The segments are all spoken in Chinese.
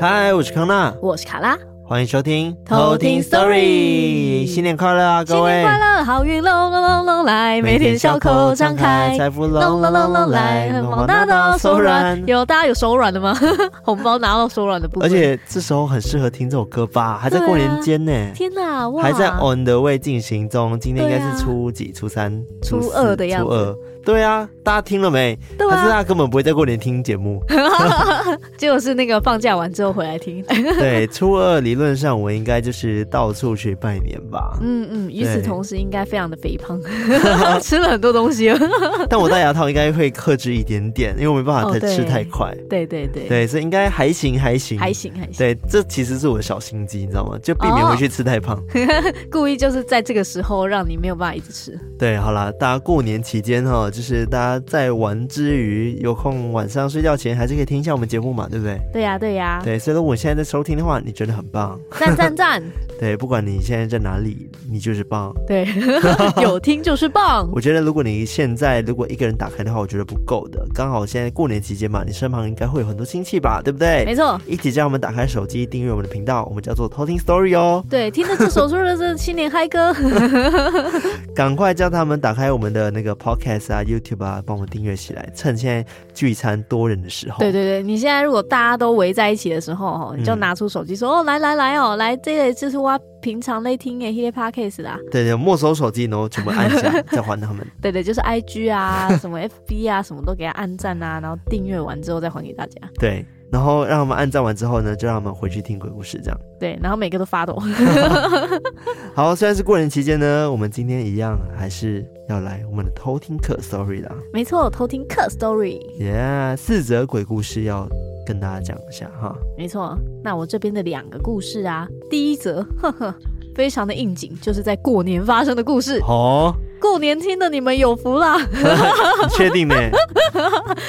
嗨，我是康娜，我是卡拉，欢迎收听偷听 Story 新年快乐啊，各新位！年快乐，好运隆隆隆隆来，每天笑口常开，财富隆隆隆隆隆隆隆隆来来，，红红包拿包到到手手软软。。有大家有手软的吗？ 红包拿到手软的部分。而，且这时候很适合听这首歌吧，还在过年间呢，啊天哪，哇，还在哦 on the way 进行中。今天应该对啊是初几？初三、初四二的样子初二，对啊，大家听了没？对还是大啊，家根本不会在过年听节目。结果是那个放假完之后回 来听。 对，初二理论上我应该就是到处去拜年吧，嗯嗯，与此对同时应该非常的 肥胖， 吃了很多东西了。哦但我戴牙套应该会克制一点点，因为我没办法哦太对吃太快。对对对，对，所以应该还行，还行，还。行还行，对，这其实是我的小心机，你知道吗？就避免哦回去吃太胖。 故意就是在这个时候让你没有办法一直吃。对，好啦，大家过年期间哈，就是大家在玩之余，有空晚上睡觉前还是可以听一下我们节目嘛，对不对？对呀对呀，对，所以如果我现在在收听的话，你觉得很棒。赞 赞赞。对，不管你现在在哪里，你就是棒。对， 有听就是棒。我觉得如果你现在如果一个人打开的话，我觉得不够的。刚好现在过年期间嘛，你身旁应该会有很多亲戚吧，对不没对？错，一起叫他们打开手机，订阅我们的频道，我们叫做偷听 Story 哦。对，听着这首说的这新年嗨 歌，赶快叫他们打开我们的那个 Podcast 啊、YouTube 啊，帮我们订阅起来，趁现在聚餐多人的时候。对对对，你现在如果大家都围在一起的时候，哦，你就嗯拿出手机说、哦，来来来哦，来这个就是我平常在听的那些 podcast 啊啦，对对，没收手机，然后全部按下，再还他 们。对对，就是 IG 啊，什 么 FB 啊，什么都给他按赞啊，然后订阅完之后再还给大家，对，然后让他们按赞完之后呢，就让他们回去听鬼故事这样。对，然后每个都发抖，好，虽然是过年期间呢，我们今天一样还是要来我们的偷听课 story 啦。 没错，偷听客 story，耶，四则鬼故事要跟大家讲一下 哈。没错，那我这边的两个故事啊，第一则， 呵呵。非常的应景，就是在过年发生的故事。哦，过年听的你们有福啦！ 你确定呢？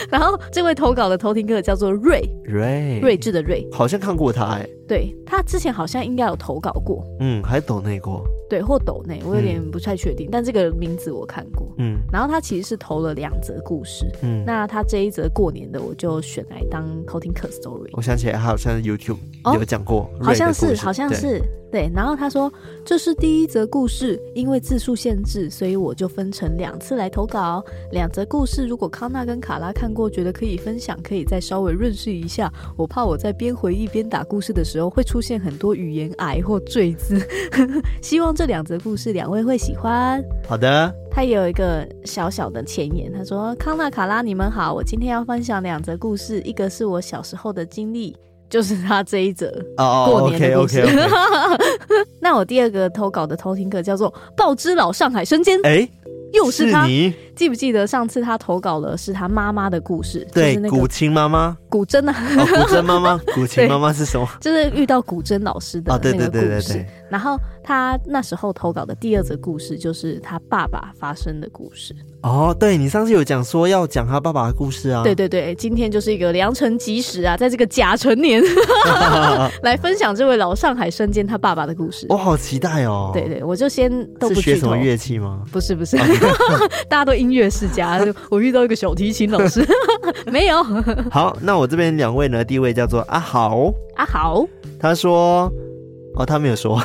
然后这位投稿的偷听客叫做瑞，瑞 睿，智的睿，好像看过他哎、对他之前好像应该有投稿过，嗯，还抖内过，对或抖内，我有点不太确定，但这个名字我看过。嗯然后他其实是投了两则故事，嗯。那他这一则过年的我就选来当偷听客 story，我想起来，他好像 YouTube 哦有讲过、好像是好像，是对。然后他说这是第一则故事，因为字数限制，所以我就分成两次来投稿。两则故事如果康纳跟卡拉看过，觉得可以分享，可以再稍微润饰一下。我怕我在边回忆边打故事的时候会出现很多语言癌或赘字，希望这两则故事两位会喜欢。好的，他也有一个小小的前言，他说：“康纳、卡拉，你们好，我今天要分享两则故事，一个是我小时候的经历，就是他这一则哦哦过年，OK 的故 OK 事。 OK， 那我第二个投稿的偷听客叫做“报之老上海生煎哎、”，又是他。你记不记得上次他投稿的是他妈妈的故事？对、就是那古个琴妈妈，古筝啊， 哦，古筝妈妈，古琴妈妈是什么？就是遇到古筝老师的哦，那对个对对故对事。对，然后他那时候投稿的第二则故事就是他爸爸发生的故事。哦，对你上次有讲说要讲他爸爸的故事啊，对对对，今天就是一个良辰吉时啊，在这个甲 辰年来分享这位老上海生煎他爸爸的故事。我好期待哦，对对，我就先都是不剧学什透么。乐器吗？不是不 是，大家都音乐世家。就我遇到一个小提琴老师， 没有好，那我这边两位呢，第一位叫做阿豪，啊，好，他说，哦，他没有 说，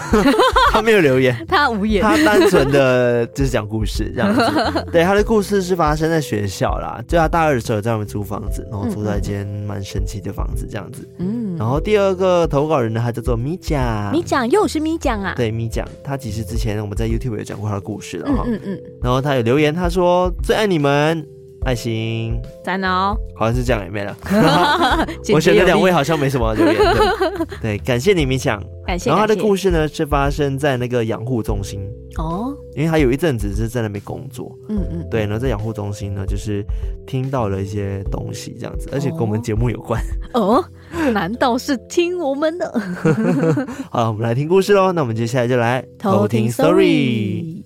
他没有留言，他无言。他单纯的就是讲故事这样 子。对，他的故事是发生在学校啦，就他大二的时候在外面租房子，然后租在一间蛮神奇的房子这样子。嗯，然后第二个投稿人呢，他叫做米甲，你讲又是你讲啊？对哦米甲，他其实之前我们在 YouTube 有讲过他的故事了嗯哈。嗯嗯，然后他有留言，他说最爱你们，爱心。赞哦。好像是这样也没 了，简洁我选的有力两位，好像没什么留言的。 对，感谢你冥想。感谢然后他的故事事呢，是发生在那个养护中心，哦，因为他有一阵子是在那边工作，嗯嗯，对，然后在养护中心呢，就是听到了一些东西这样子，而且跟我们节目有关。 哦，难道是听我们的？好，我们来听故事喽。那我们接下来就来偷听 story。 story。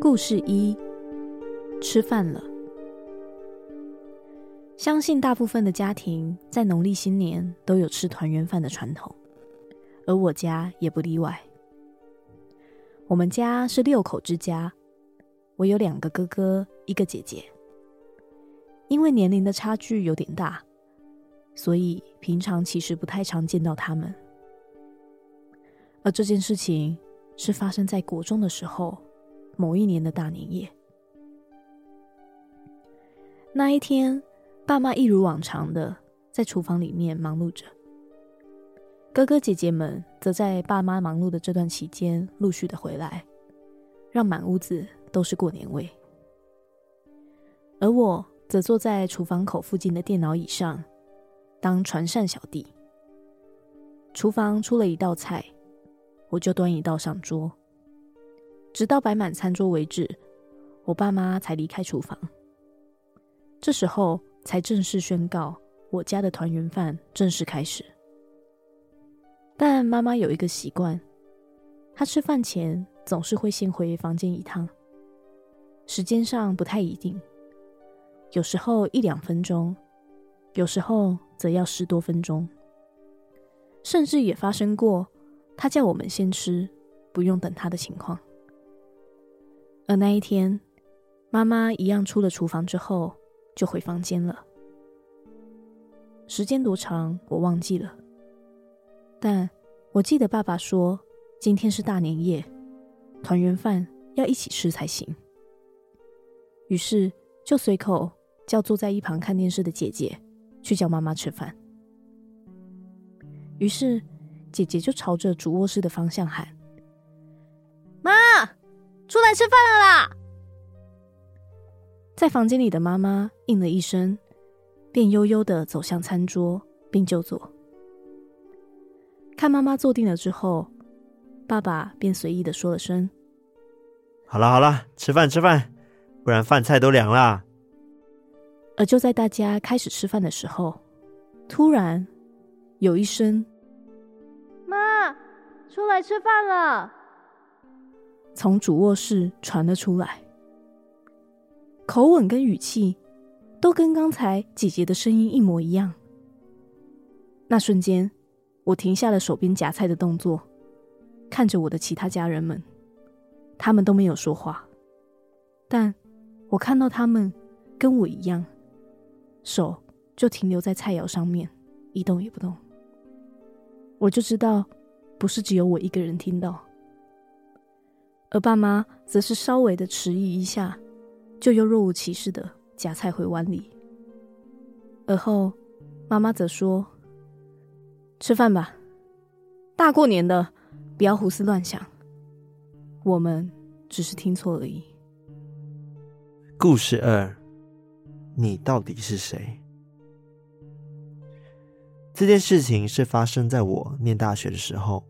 故事一：吃饭了。相信大部分的家庭在农历新年都有吃团圆饭的传统，而我家也不例外。我们家是六口之家，我有两个哥哥，一个姐姐。因为年龄的差距有点大，所以平常其实不太常见到他们。而这件事情是发生在国中的时候，某一年的大年夜。那一天，爸妈一如往常的在厨房里面忙碌着，哥哥姐姐们则在爸妈忙碌的这段期间陆续的回来，让满屋子都是过年味。而我则坐在厨房口附近的电脑椅上，当传膳小弟。厨房出了一道菜，我就端一道上桌，直到摆满餐桌为止，我爸妈才离开厨房。这时候才正式宣告我家的团圆饭正式开始。但妈妈有一个习惯，她吃饭前总是会先回房间一趟，时间上不太一定，有时候一两分钟，有时候则要十多分钟，甚至也发生过她叫我们先吃，不用等她的情况。而那一天，妈妈一样出了厨房之后，就回房间了。时间多长我忘记了，但我记得爸爸说今天是大年夜，团圆饭要一起吃才行。于是就随口叫坐在一旁看电视的姐姐去叫妈妈吃饭。于是姐姐就朝着主卧室的方向喊：“妈，出来吃饭了啦！”在房间里的妈妈应了一声，便悠悠的走向餐桌，并就坐。看妈妈坐定了之后，爸爸便随意的说了声好了好了，吃饭吃饭，不然饭菜都凉啦。而呃就在大家开始吃饭的时候，突然有一声妈，出来吃饭了。从主卧室传了出来，口吻跟语气都跟刚才姐姐的声音一模一样。那瞬间，我停下了手边夹菜的动作，看着我的其他家人们，他们都没有说话，但我看到他们跟我一样，手就停留在菜肴上面，一动也不动。我就知道，不是只有我一个人听到。而爸妈则是稍微的迟疑一下，就又若无其事的夹菜回碗里。而后，妈妈则说：“吃饭吧，大过年的，不要胡思乱想。我们只是听错而已。故事二，你到底是谁？这件事情是发生在我念大学的时候。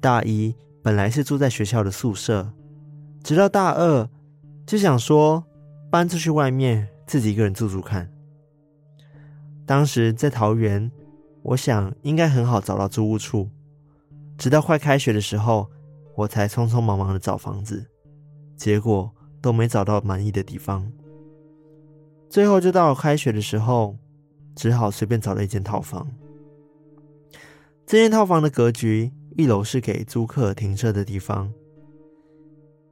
大一本来是住在学校的宿舍，直到大二就想说搬出去外面自己一个人住住看。当时在桃园，我想应该很好找到租屋处。直到快开学的时候，我才匆匆忙忙的找房子，结果都没找到满意的地方。最后就到了开学的时候，只好随便找了一间套房。这间套房的格局，一楼是给租客停车的地方。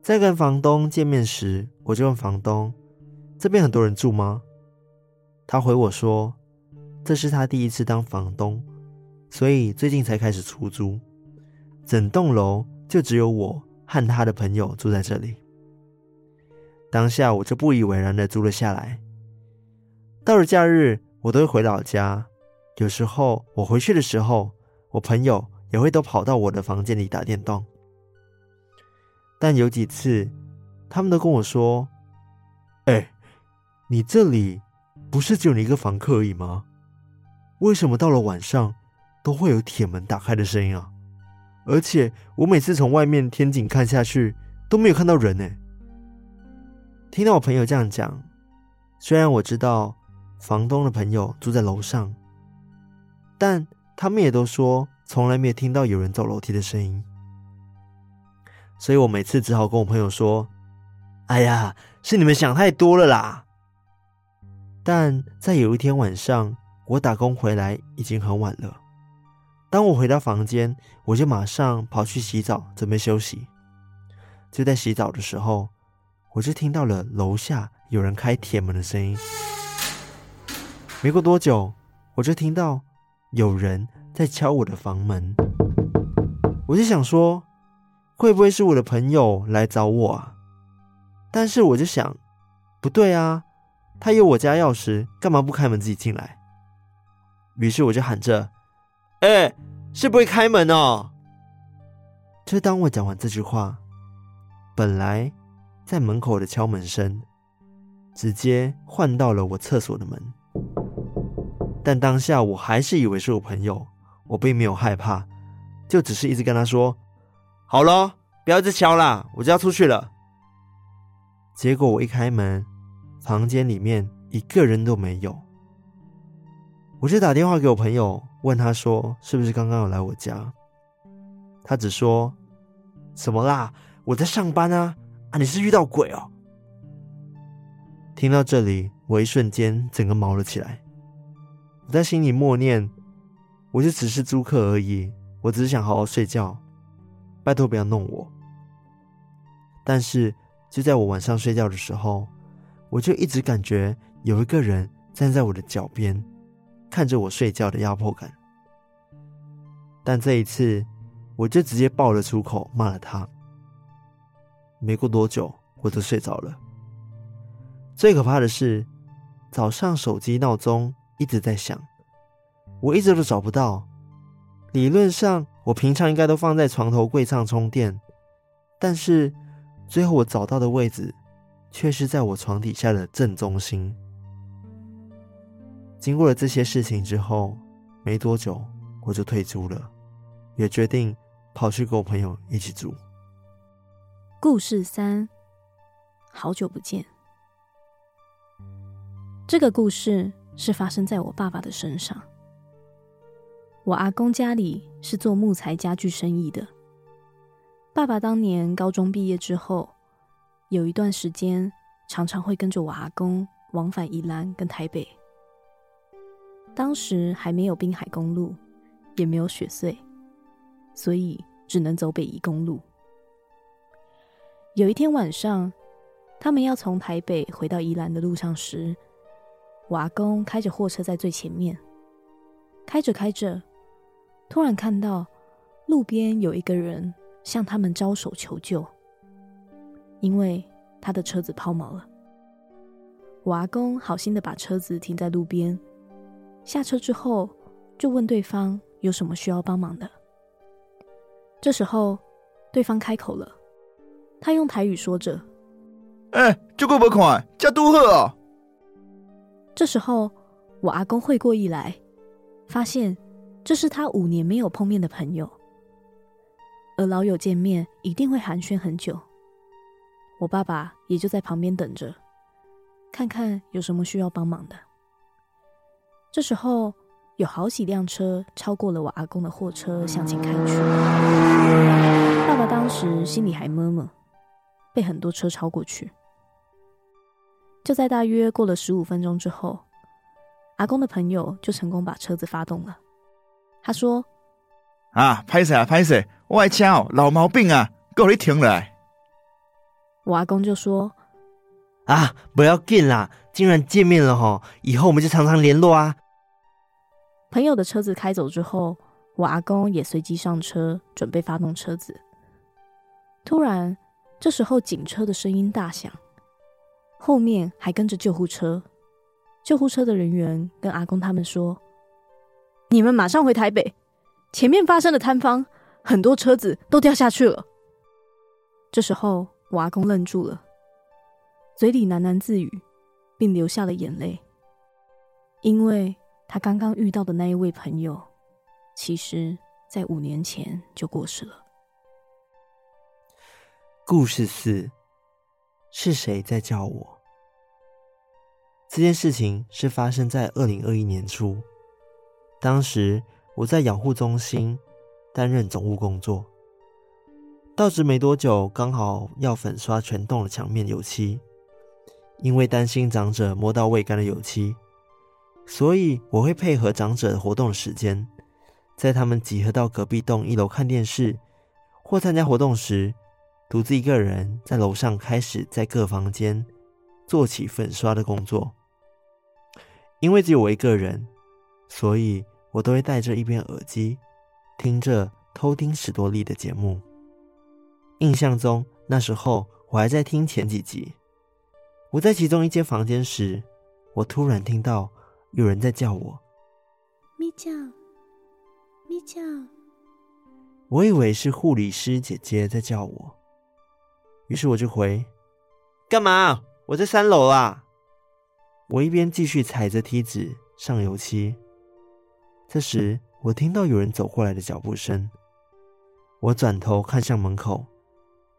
在跟房东见面时，我就问房东：“这边很多人住吗？”他回我说：“这是他第一次当房东，所以最近才开始出租。整栋楼就只有我和他的朋友住在这里。”当下我就不以为然的租了下来。到了假日，我都会回老家。有时候我回去的时候，我朋友也会都跑到我的房间里打电动。但有几次，他们都跟我说：“哎、你这里不是只有你一个房客而已吗？为什么到了晚上都会有铁门打开的声音啊？而且我每次从外面天井看下去都没有看到人呢、听到我朋友这样讲，虽然我知道房东的朋友住在楼上，但他们也都说从来没有听到有人走楼梯的声音，所以我每次只好跟我朋友说：“哎呀，是你们想太多了啦。但在有一天晚上，我打工回来已经很晚了。当我回到房间，我就马上跑去洗澡，准备休息。就在洗澡的时候，我就听到了楼下有人开铁门的声音。没过多久，我就听到有人在敲我的房门。我就想说，会不会是我的朋友来找我啊？但是我就想，不对啊，他有我家钥匙，干嘛不开门自己进来？于是我就喊着：“哎、是不会开门哦。”就当我讲完这句话，本来在门口的敲门声，直接换到了我厕所的门。但当下我还是以为是我朋友，我并没有害怕，就只是一直跟他说：“好咯，不要再敲啦，我就要出去了。”结果我一开门，房间里面一个人都没有。我就打电话给我朋友，问他说是不是刚刚有来我家？他只说什么啦，我在上班啊！啊，你是遇到鬼哦！听到这里，我一瞬间整个毛了起来。我在心里默念：我就只是租客而已，我只是想好好睡觉，拜托不要弄我。但是就在我晚上睡觉的时候，我就一直感觉有一个人站在我的脚边，看着我睡觉的压迫感。但这一次，我就直接爆了粗口，骂了他。没过多久，我就睡着了。最可怕的是，早上手机闹钟一直在响，我一直都找不到。理论上，我平常应该都放在床头柜上充电，但是最后我找到的位置，却是在我床底下的正中心。经过了这些事情之后，没多久我就退租了，也决定跑去跟我朋友一起住。故事三：好久不见。这个故事是发生在我爸爸的身上。我阿公家里是做木材家具生意的。爸爸当年高中毕业之后，有一段时间常常会跟着我阿公往返宜兰跟台北。当时还没有滨海公路，也没有雪隧，所以只能走北宜公路。有一天晚上，他们要从台北回到宜兰的路上时，我阿公开着货车在最前面。开着开着，突然看到路边有一个人向他们招手求救，因为他的车子抛锚了。我阿公好心的把车子停在路边，下车之后就问对方有什么需要帮忙的。这时候，对方开口了，他用台语说着。哎、这个不看，这拄好哦。这时候，我阿公会过意来，发现这是他五年没有碰面的朋友，而老友见面一定会寒暄很久。我爸爸也就在旁边等着，看看有什么需要帮忙的。这时候，有好几辆车超过了我阿公的货车，向前开去。爸爸当时心里还闷闷，被很多车超过去。就在大约过了十五分钟之后，阿公的朋友就成功把车子发动了。他说啊，拍谁啊，拍谁！我的车哦，老毛病啊，够你停下来。：“我阿公就说，啊，不要紧啦，竟然见面了吼，以后我们就常常联络啊。朋友的车子开走之后，我阿公也随即上车，准备发动车子。突然，这时候警车的声音大响，后面还跟着救护车。救护车的人员跟阿公他们说：“你们马上回台北，前面发生了坍方，很多车子都掉下去了。”这时候，我阿公愣住了，嘴里喃喃自语，并流下了眼泪，因为他刚刚遇到的那一位朋友，其实在五年前就过世了。故事四：是谁在叫我？这件事情是发生在二零二一年初，当时我在养护中心担任总务工作。到职没多久，刚好要粉刷全栋的墙面油漆，因为担心长者摸到未干的油漆，所以我会配合长者活动的时间，在他们集合到隔壁栋一楼看电视或参加活动时，独自一个人在楼上开始在各房间做起粉刷的工作。因为只有我一个人，所以我都会戴着一边耳机，听着偷听史多利的节目。印象中那时候我还在听前几集，我在其中一间房间时，我突然听到有人在叫我，咪酱，咪酱，我以为是护理师姐姐在叫我，于是我就回：“干嘛？我在三楼啦。”我一边继续踩着梯子上油漆。这时，我听到有人走过来的脚步声，我转头看向门口，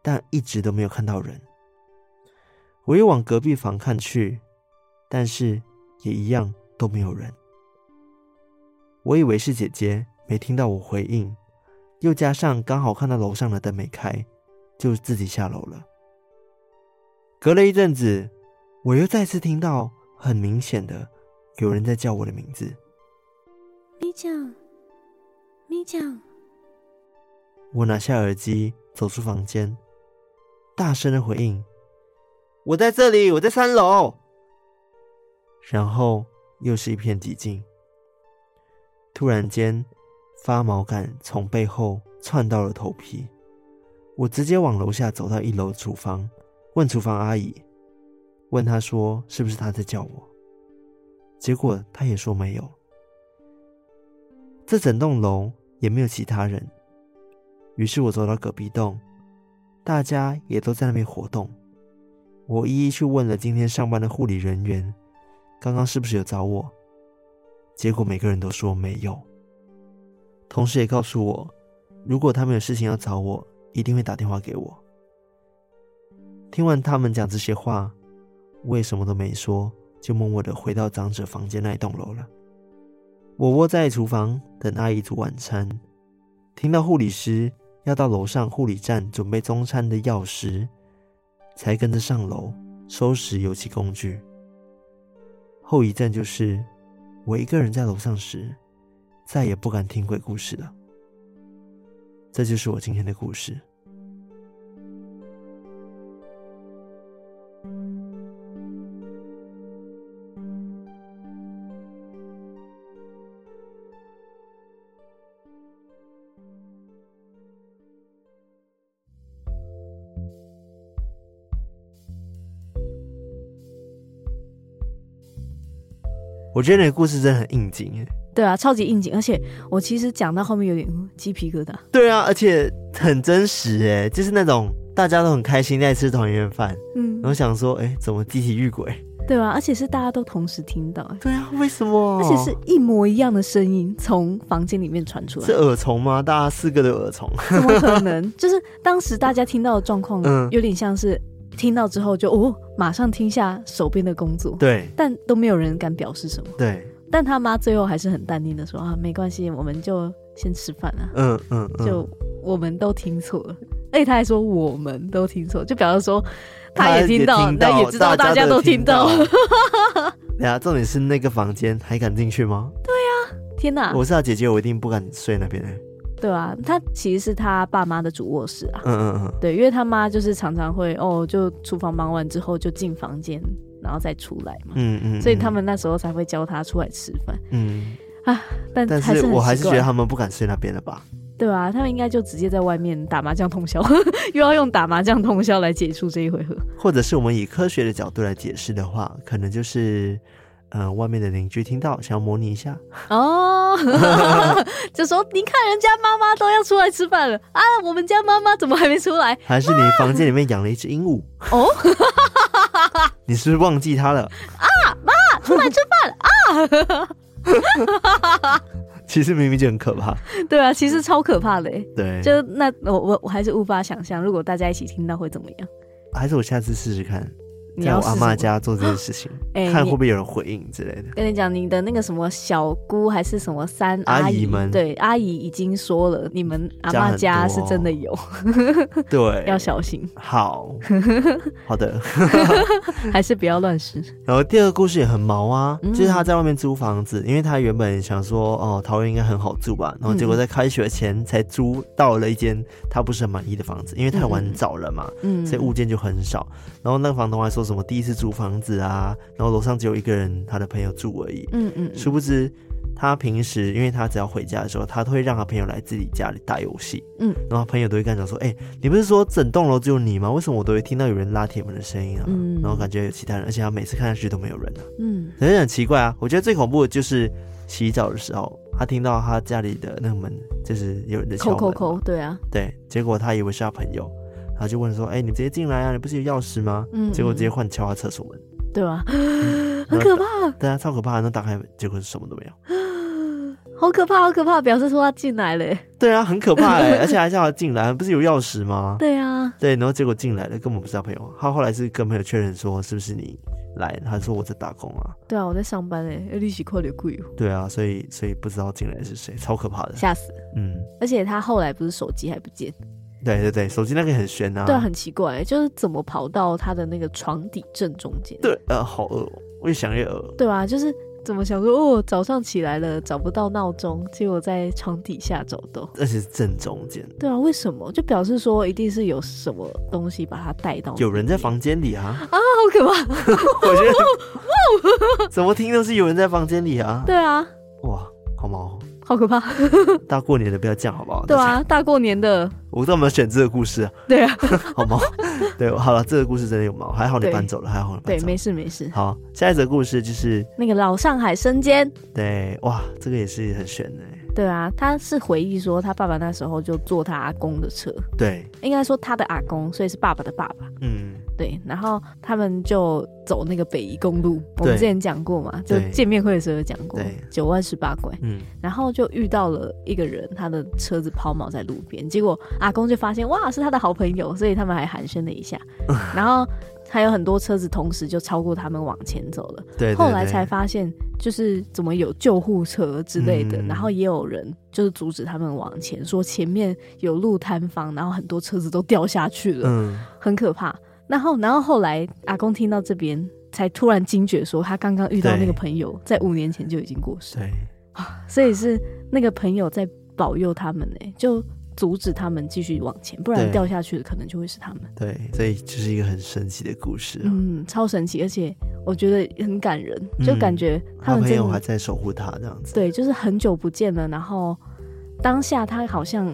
但一直都没有看到人。我又往隔壁房看去，但是也一样都没有人。我以为是姐姐没听到我回应，又加上刚好看到楼上的灯没开，就自己下楼了。隔了一阵子，我又再次听到很明显的有人在叫我的名字。咪酱，咪酱，我拿下耳机，走出房间，大声的回应：“我在这里，我在三楼。”然后又是一片寂静。突然间，发毛感从背后窜到了头皮，我直接往楼下走到一楼厨房，问厨房阿姨，问她说是不是她在叫我，结果她也说没有。这整栋楼也没有其他人，于是我走到隔壁栋，大家也都在那边活动。我一一去问了今天上班的护理人员，刚刚是不是有找我？结果每个人都说没有。同时也告诉我，如果他们有事情要找我，一定会打电话给我。听完他们讲这些话，我也什么都没说，就默默的回到长者房间那一栋楼了。我窝在厨房等阿姨煮晚餐，听到护理师要到楼上护理站准备中餐的钥匙，才跟着上楼收拾油漆工具。后遗症就是，我一个人在楼上时，再也不敢听鬼故事了。这就是我今天的故事。我觉得你的故事真的很应景耶。对啊，超级应景，而且我其实讲到后面有点嗯鸡皮疙瘩。对啊，而且很真实哎，就是那种大家都很开心在吃团圆饭，嗯然，后想说，哎，怎么集体遇鬼？对啊，而且是大家都同时听到，哎对啊，为什么？而且是一模一样的声音从房间里面传出来是，耳虫吗？大家四个都有耳 虫。怎么可能？ 就是当时大家听到的状况嗯，有点像是听到之后就哦，马上停下手边的工作，对但都没有人敢表示什么。对，但他妈最后还是很淡定的说啊，没关系，我们就先吃饭啊，嗯嗯嗯，。就我们都听错了。而且他还说我们都听错，就表示说他也听到，那也知道大家都听到。对啊，重点是那个房间还敢进去吗？天哪，我是他姐姐，我一定不敢睡那边的。欸对啊，他其实是他爸妈的主卧室啊。嗯嗯嗯，对，因为他妈就是常常会哦，就厨房忙完之后就进房间，然后再出来嘛，嗯嗯，所以他们那时候才会教他出来吃饭。嗯，但但还是我还很奇是怪觉得他们不敢睡那边了吧？对啊，他们应该就直接在外面打麻将通宵， 又要用打麻将通宵来结束这一回合。或者是我们以科学的角度来解释的话，可能就是，呃，外面的邻居听到想要模拟一下，哦， 就说你看人家妈妈都要出来吃饭了啊，我们家妈妈怎么还没出来？ 还是你房间里面养了一只鹦鹉？哦， 你是不是忘记它了？啊出来吃啊 其实明明就很可怕。饭？对啊，其实超可怕的欸，对，就那我我我还是无法想象，如果大家一起听到会怎么样。还是我下次试试看，你在要我试阿什妈么家做这件事情， 哎看你会不会有人回应之类的。跟你讲，你的那个什么小姑还是什么三阿姨姨们对阿姨已经说了，你们阿讲妈很家是多哦真 的有，对， 要小心，好好的。还是不要乱试。然后第二个故事也很毛啊，嗯就是他在外面租房子，因为他原本想说哦，桃园应该很好住吧，然后结果在开学前才租到了一间他不是很满意的房子，因为太晚找了嘛，嗯，所以物件就很少。然后那个房东还说什么第一次租房子啊，然后楼上只有一个人他的朋友住而已。嗯嗯，殊不知他平时，因为他只要回家的时候，他都会让他朋友来自己家里打游戏。嗯，然后他朋友都会跟他讲说：“哎、你不是说整栋楼只有你吗？为什么我都会听到有人拉铁门的声音啊？”嗯然后感觉有其他人，而且他每次看下去都没有人啊，嗯可是很奇怪啊。我觉得最恐怖的就是洗澡的时候，他听到他家里的那个门就是有人在敲扣门，扣扣，对啊，对，结果他以为是他朋友，然后就问说：“哎、你直接进来啊，你不是有钥匙吗？”嗯，结果嗯直接换敲他厕所门，对啊吧？很可怕，对啊，超可怕的。那打开门，结果是什么都没有。好可怕，好可怕，表示说他进来了欸。对啊，很可怕 哎、而且还叫他进来，不是有钥匙吗？对啊，对，然后结果进来了，根本不是他朋友。他后来是跟朋友确认说是不是你来，他说我在打工啊。对啊，我在上班哎，利息扣点贵哦，对啊，所以所以不知道进来是谁，超可 怕的。吓死！嗯，而且他后来不是手机还不见，对对对，手机那个很悬啊。对啊，很奇怪欸，就是怎么跑到他的那个床底正中间？对呃，好饿、哦，越想越饿。对啊，就是怎么想说哦，早上起来了找不到闹钟，结果在床底下找到。而且是正中间，对啊，为什么？就表示说一定是有什么东西把他带到。有人在，房间里啊！ 好可怕！ 我 觉得怎么听都是有人在房间里啊！对啊，哇，好毛哦，好可怕！大过年的不要这样好不好？对，啊，大过年的，我怎么选这个故事啊？对啊， 好 毛。对，好了，这个故事真的有毛，还好你对搬走了，还好你搬对，走了。没事没事。好，下一则故事就是那个老上海生煎，对，哇，这个也是很悬的欸。对啊，他是回忆说他爸爸那时候就坐他阿公的车，对，应该说他的阿公，所以是爸爸的爸爸。嗯，对，然后他们就走那个北宜公路，我对们之前讲过嘛，就对见面会的时候有讲过对，九万十八拐。嗯，然后就遇到了一个人，他的车子抛锚在路边，结果阿公就发现哇是他的好朋友，所以他们还寒暄了一 下，然后还有很多车子同时就超过他们往前走了，对对后来对才发现就是怎么有救护车之类的，嗯然后也有人就是阻止他们往前，说前面有路摊方，然后很多车子都掉下去了，嗯，很可怕。然后，然后后来阿公听到这边，才突然惊觉说，他刚刚遇到那个对朋友，在五年前就已经过世了。对，所以是那个朋友在保佑他们呢、欸就阻止他们继续往前，不然对掉下去的可能就会是他们。对，所以就是一个很神奇的故事啊。嗯，超神奇，而且我觉得很感人，嗯就感觉他他们朋真友的还在守护他这样子。对，就是很久不见了，然后当下他好像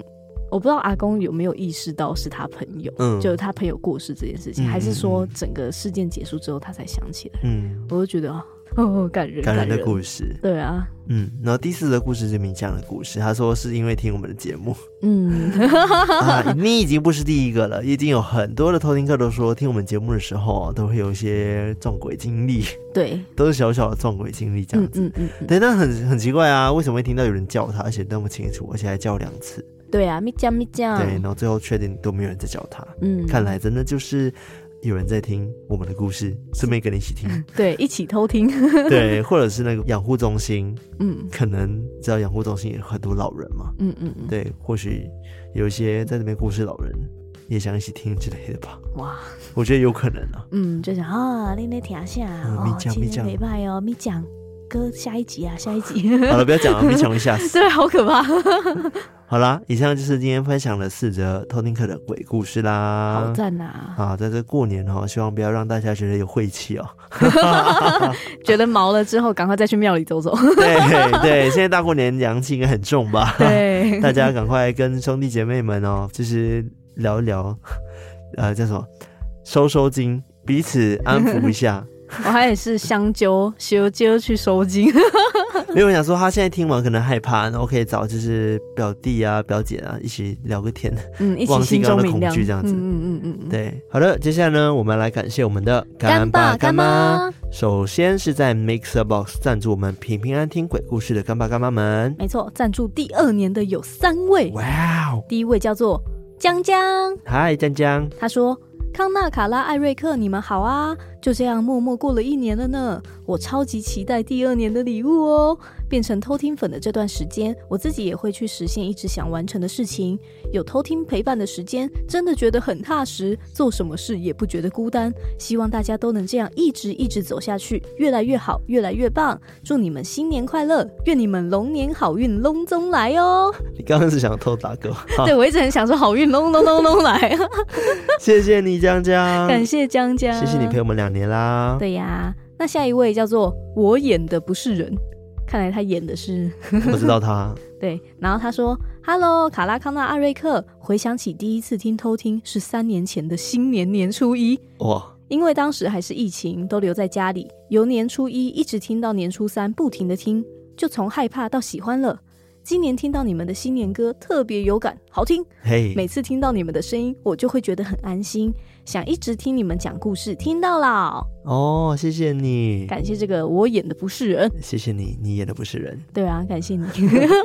我不知道阿公有没有意识到是他朋友，嗯，就是他朋友过世这件事嗯情，还是说嗯嗯整个事件结束之后他才想起来？嗯，我就觉得啊哦，感人，感人的事。故事。对啊，嗯，然后第四则故事是名将的故事，他说是因为听我们的节 目嗯， 啊，你已经不是第一个了，已经有很多的偷听客都说听我们节目的时候啊都会有一些撞鬼经历，对，都是小小的撞鬼经历这样嗯子。嗯嗯嗯，对，但很很奇怪啊，为什么会听到有人叫他，而且那么清楚，而且还叫两次？对啊，咪酱咪酱，对，然后最后确定都没有人在叫他，嗯，看来真的就是有人在听我们的故事，顺便跟你一起 听。对，一起 偷听。对，或者是那个养护中心，嗯可能知道养护中心有很多老人嘛，嗯嗯嗯，对，或许有一些在那边过世老人也想一起听之类的吧，哇，我觉得有可能啊。 嗯，就想啊，你那听下嗯哦咪，酱今咪天酱礼拜哦，咪讲哥下一集啊，下一集， 好了，不要讲了，别讲会吓死。对，好可怕，啊好啦，以上就是今天分享的四则偷听客的鬼故事啦。 好赞呐！啊，在这过年哦，希望不要让大家觉得有晦气 哦。觉得毛了之后，赶快再去庙 里走走。对对，现在大过年阳气应该很重吧？ 对，大家赶快跟兄弟姐妹们哦，就是聊一聊，呃，叫什么，收收经，彼此安抚一 下。我还也是香灸、修灸去 收金。因为我想说，他现在听完可能害怕，然后可以找就是表弟啊、表姐啊一起聊个天。嗯，一起忘记心刚刚中的明恐亮，惧这样子嗯嗯嗯嗯嗯，对，好的，接下来呢，我们来感谢我们的干爸干妈。妈，首先是在 Mixer Box 赞助我们平平安听鬼故事的干爸干妈们。没错，赞助第二年的有三位，哇哦！第一位叫做江江，嗨，江江，他说：“康纳、卡拉、艾瑞克，你们好啊！就这样默默过了一年了呢。我超级期待第二年的礼物哦。变成偷听粉的这段时间，我自己也会去实现一直想完成的事情。有偷听陪伴的时间，真的觉得很踏实，做什么事也不觉得孤单。希望大家都能这样一直一直走下去，越来越好，越来越棒。祝你们新年快乐，愿你们龙年好运隆中来哦！你刚刚是想偷打 嗝？好对，我一直很想说好运隆隆隆隆来啊！谢谢你江江， 感谢江嗯江，谢谢你陪我们两年啦。对呀、那下一位叫做我演的不是人，看来他演的是我知道他， 对。然后他说：“Hello，卡拉康纳阿瑞克，回想起第一次听偷听是三年前的新年年初一，哇，因为当时还是疫情，都留在家里，由年初一一直听到年初三，不停的听，就从害怕到喜欢了。今年听到你们的新年歌，特别有感，好听。”嘿，每次听到你们的声音，我就会觉得很安心，想一直听你们讲故事，听到老。哦，谢谢你，感谢这个我演的不是人，谢谢你，你演的不是人，对啊，感谢你。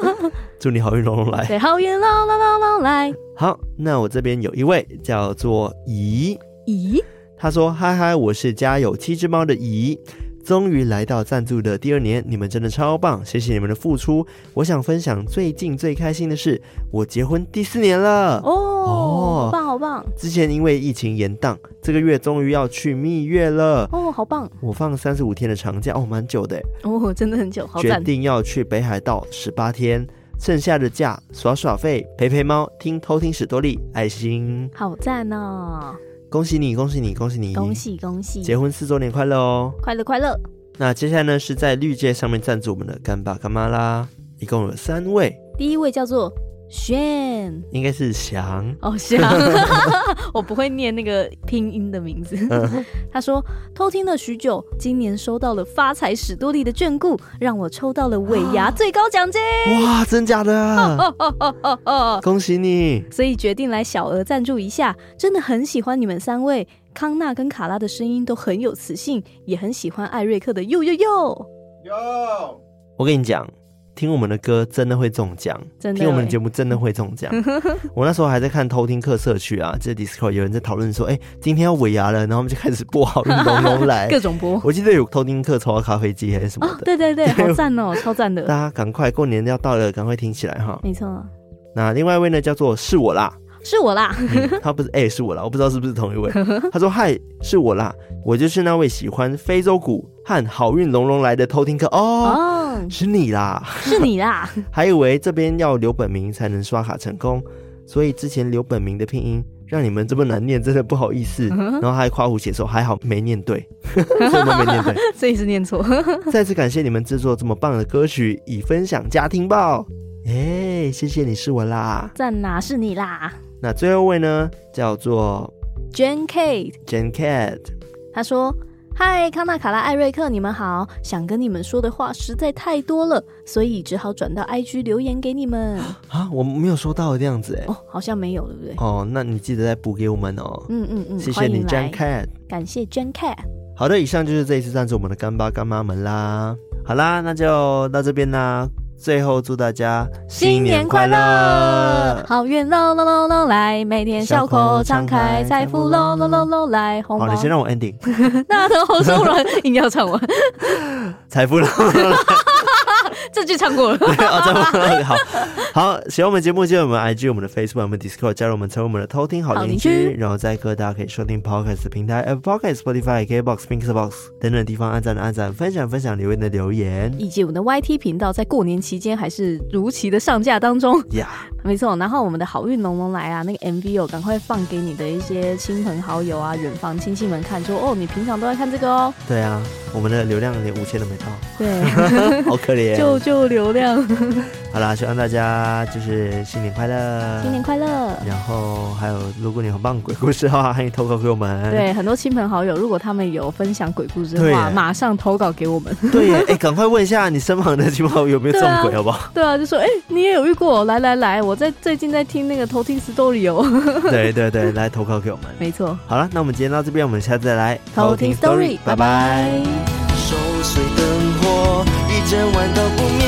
祝你好运隆隆来。对，好运啦啦啦啦来，好，那我这边有一位叫做怡，咦，他说：“嗨嗨，我是家有七只猫的姨，终于来到赞助的第二年，你们真的超棒，谢谢你们的付出。我想分享最近最开心的事，我结婚第四年了。哦，哦好棒好棒，之前因为疫情延档，这个月终于要去蜜月了。哦，好棒，我放三十五天的长假，哦，蛮久的耶，哦，真的很久，好决赞，定要去北海道十八天，剩下的假耍耍废，陪陪猫，听偷听史多利，爱心，好赞哦，恭喜你，恭喜你，恭喜你，恭！喜恭喜，结婚四周年快乐哦！快乐快乐，那接下来呢是在绿界上面赞助我们的干爸干妈啦，一共有三位，第一位叫做炫。应该是翔，哦，是啊， 我不会念那个拼音的名字。嗯 他说偷听了许久，今年收到了发财史多利的眷顾，让我抽到了尾牙哦最高奖金。哦哇，真假 的？啊恭喜你！所以决定来小额赞助一下。真的很喜欢你们三位，康纳跟卡拉的声音都很有磁性，也很喜欢艾瑞克的哟哟哟，哟，我跟你讲，听我们的歌真的会中奖，真的听我们欸节目真的会中 奖。我那时候还在看偷听课社区啊，这 Discord 有人在讨论说，哎、今天要尾牙了，然后我们就开始播好运龙龙 来。各种播我记得有偷听课抽到咖啡机还是什么嗯哦，的，对 对对，好赞哦，超赞大 的，家赶快过年要到了，赶快听起来哈。没错，那另外一位呢，叫做是 我啦，是我啦，嗯他不是哎、是我啦，我不知道是不是同一 位。他说嗨，是我啦，我就是那位喜欢非洲鼓和好运龙龙来的偷听课哦，哦，是你啦。是你啦， 还以为这边要留本名才能刷卡成功，所以之前留本名的拼音让你们这么难念，真的不好意思。然后还夸胡写说还好没念对， 所以我们没念对。所以是念错，再次感谢你们制作这么棒的歌曲，以分享家庭报。哎，谢谢你是我啦。赞啦，是你啦那最后一位呢，叫做，Jane Kate。 Jen Cat，他说：“嗨，康纳、卡拉、艾瑞克，你们好！想跟你们说的话实在太多了，所以只好转到 IG 留言给你们。啊，我没有收到这样子哎。哦，好像没有，对不对？哦，那你记得再补给我们哦。嗯嗯嗯，谢谢欢你迎来，Jen Cat。感谢 Jen Cat。好的，以上就是这一次赞助我们的干爸干妈们啦。好啦，那就到这边啦。最后祝大家好运喽喽喽喽来，每天笑口常开，财富喽喽喽喽来，红包好，你先让我 ending，那头好受了， 硬 要唱完，财富了， 这句唱过了。哦，财富了，好好。喜欢我们节目，记得我们 IG、我们的 Facebook、我们 Discord，加入我们，成为我们的偷听好邻好居邻。居然后在各大可以收听 Podcast 的平台，Apple Podcast、Spotify、KBox、Mixbox 等等地方按赞的按赞，分享分享，留言的留言。以及我们的 YT 频道在过年期间还是如期的上架当中，呀、没错。然后我们的好运隆隆来啊，那个 MV 哦，赶快放给你的一些亲朋好友啊、远房亲戚们看，说哦，你平常都在看这个哦，对啊，我们的流量连五千都没到， 对，好可 怜。救救流量，好啦，希望大家就是新年快乐，新年快乐。然后还有，如果你有棒鬼故事的话，欢迎投稿给我们。对，很多亲朋好友，如果他们有分享鬼故事对的话，耶马上投稿给我们。 对耶，哎，赶快问一下你身旁的亲朋好友有没有中对啊鬼，好不好？对啊，就说哎、你也有遇过？来来来，我在最近在听那个偷听 story 哦。 对对对，来投稿给我们。没错，好了，那我们今天到这边，我们下次再来拜拜。守岁灯火一整晚都不灭，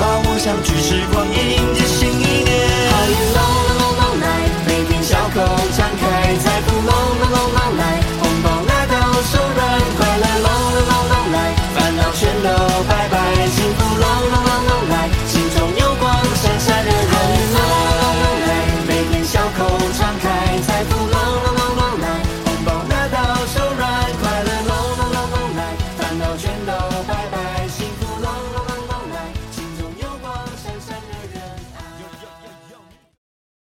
把我想去时光迎接新一年。好运隆隆隆隆来，每天笑口常开，财富隆隆隆隆来，